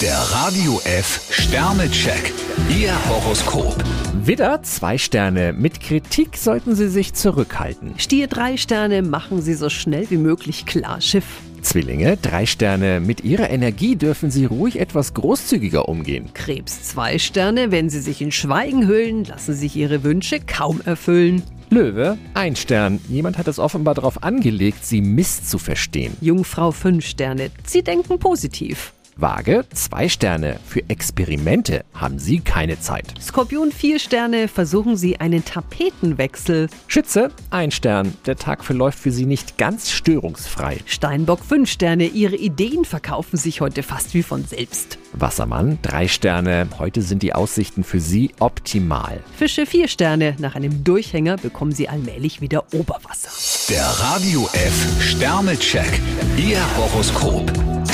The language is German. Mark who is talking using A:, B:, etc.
A: Der Radio F Sternecheck. Ihr Horoskop.
B: Widder, zwei Sterne. Mit Kritik sollten Sie sich zurückhalten.
C: Stier drei Sterne, machen Sie so schnell wie möglich klar Schiff.
B: Zwillinge, drei Sterne. Mit Ihrer Energie dürfen Sie ruhig etwas großzügiger umgehen.
C: Krebs zwei Sterne, wenn Sie sich in Schweigen hüllen, lassen sich Ihre Wünsche kaum erfüllen.
B: Löwe, ein Stern. Jemand hat es offenbar darauf angelegt, Sie misszuverstehen.
C: Jungfrau fünf Sterne, Sie denken positiv.
B: Waage, zwei Sterne. Für Experimente haben Sie keine Zeit.
C: Skorpion vier Sterne, versuchen Sie einen Tapetenwechsel.
B: Schütze, ein Stern. Der Tag verläuft für Sie nicht ganz störungsfrei.
C: Steinbock fünf Sterne, Ihre Ideen verkaufen sich heute fast wie von selbst.
B: Wassermann, drei Sterne. Heute sind die Aussichten für Sie optimal.
C: Fische vier Sterne, nach einem Durchhänger bekommen Sie allmählich wieder Oberwasser.
A: Der Radio F Sternecheck. Ihr Horoskop.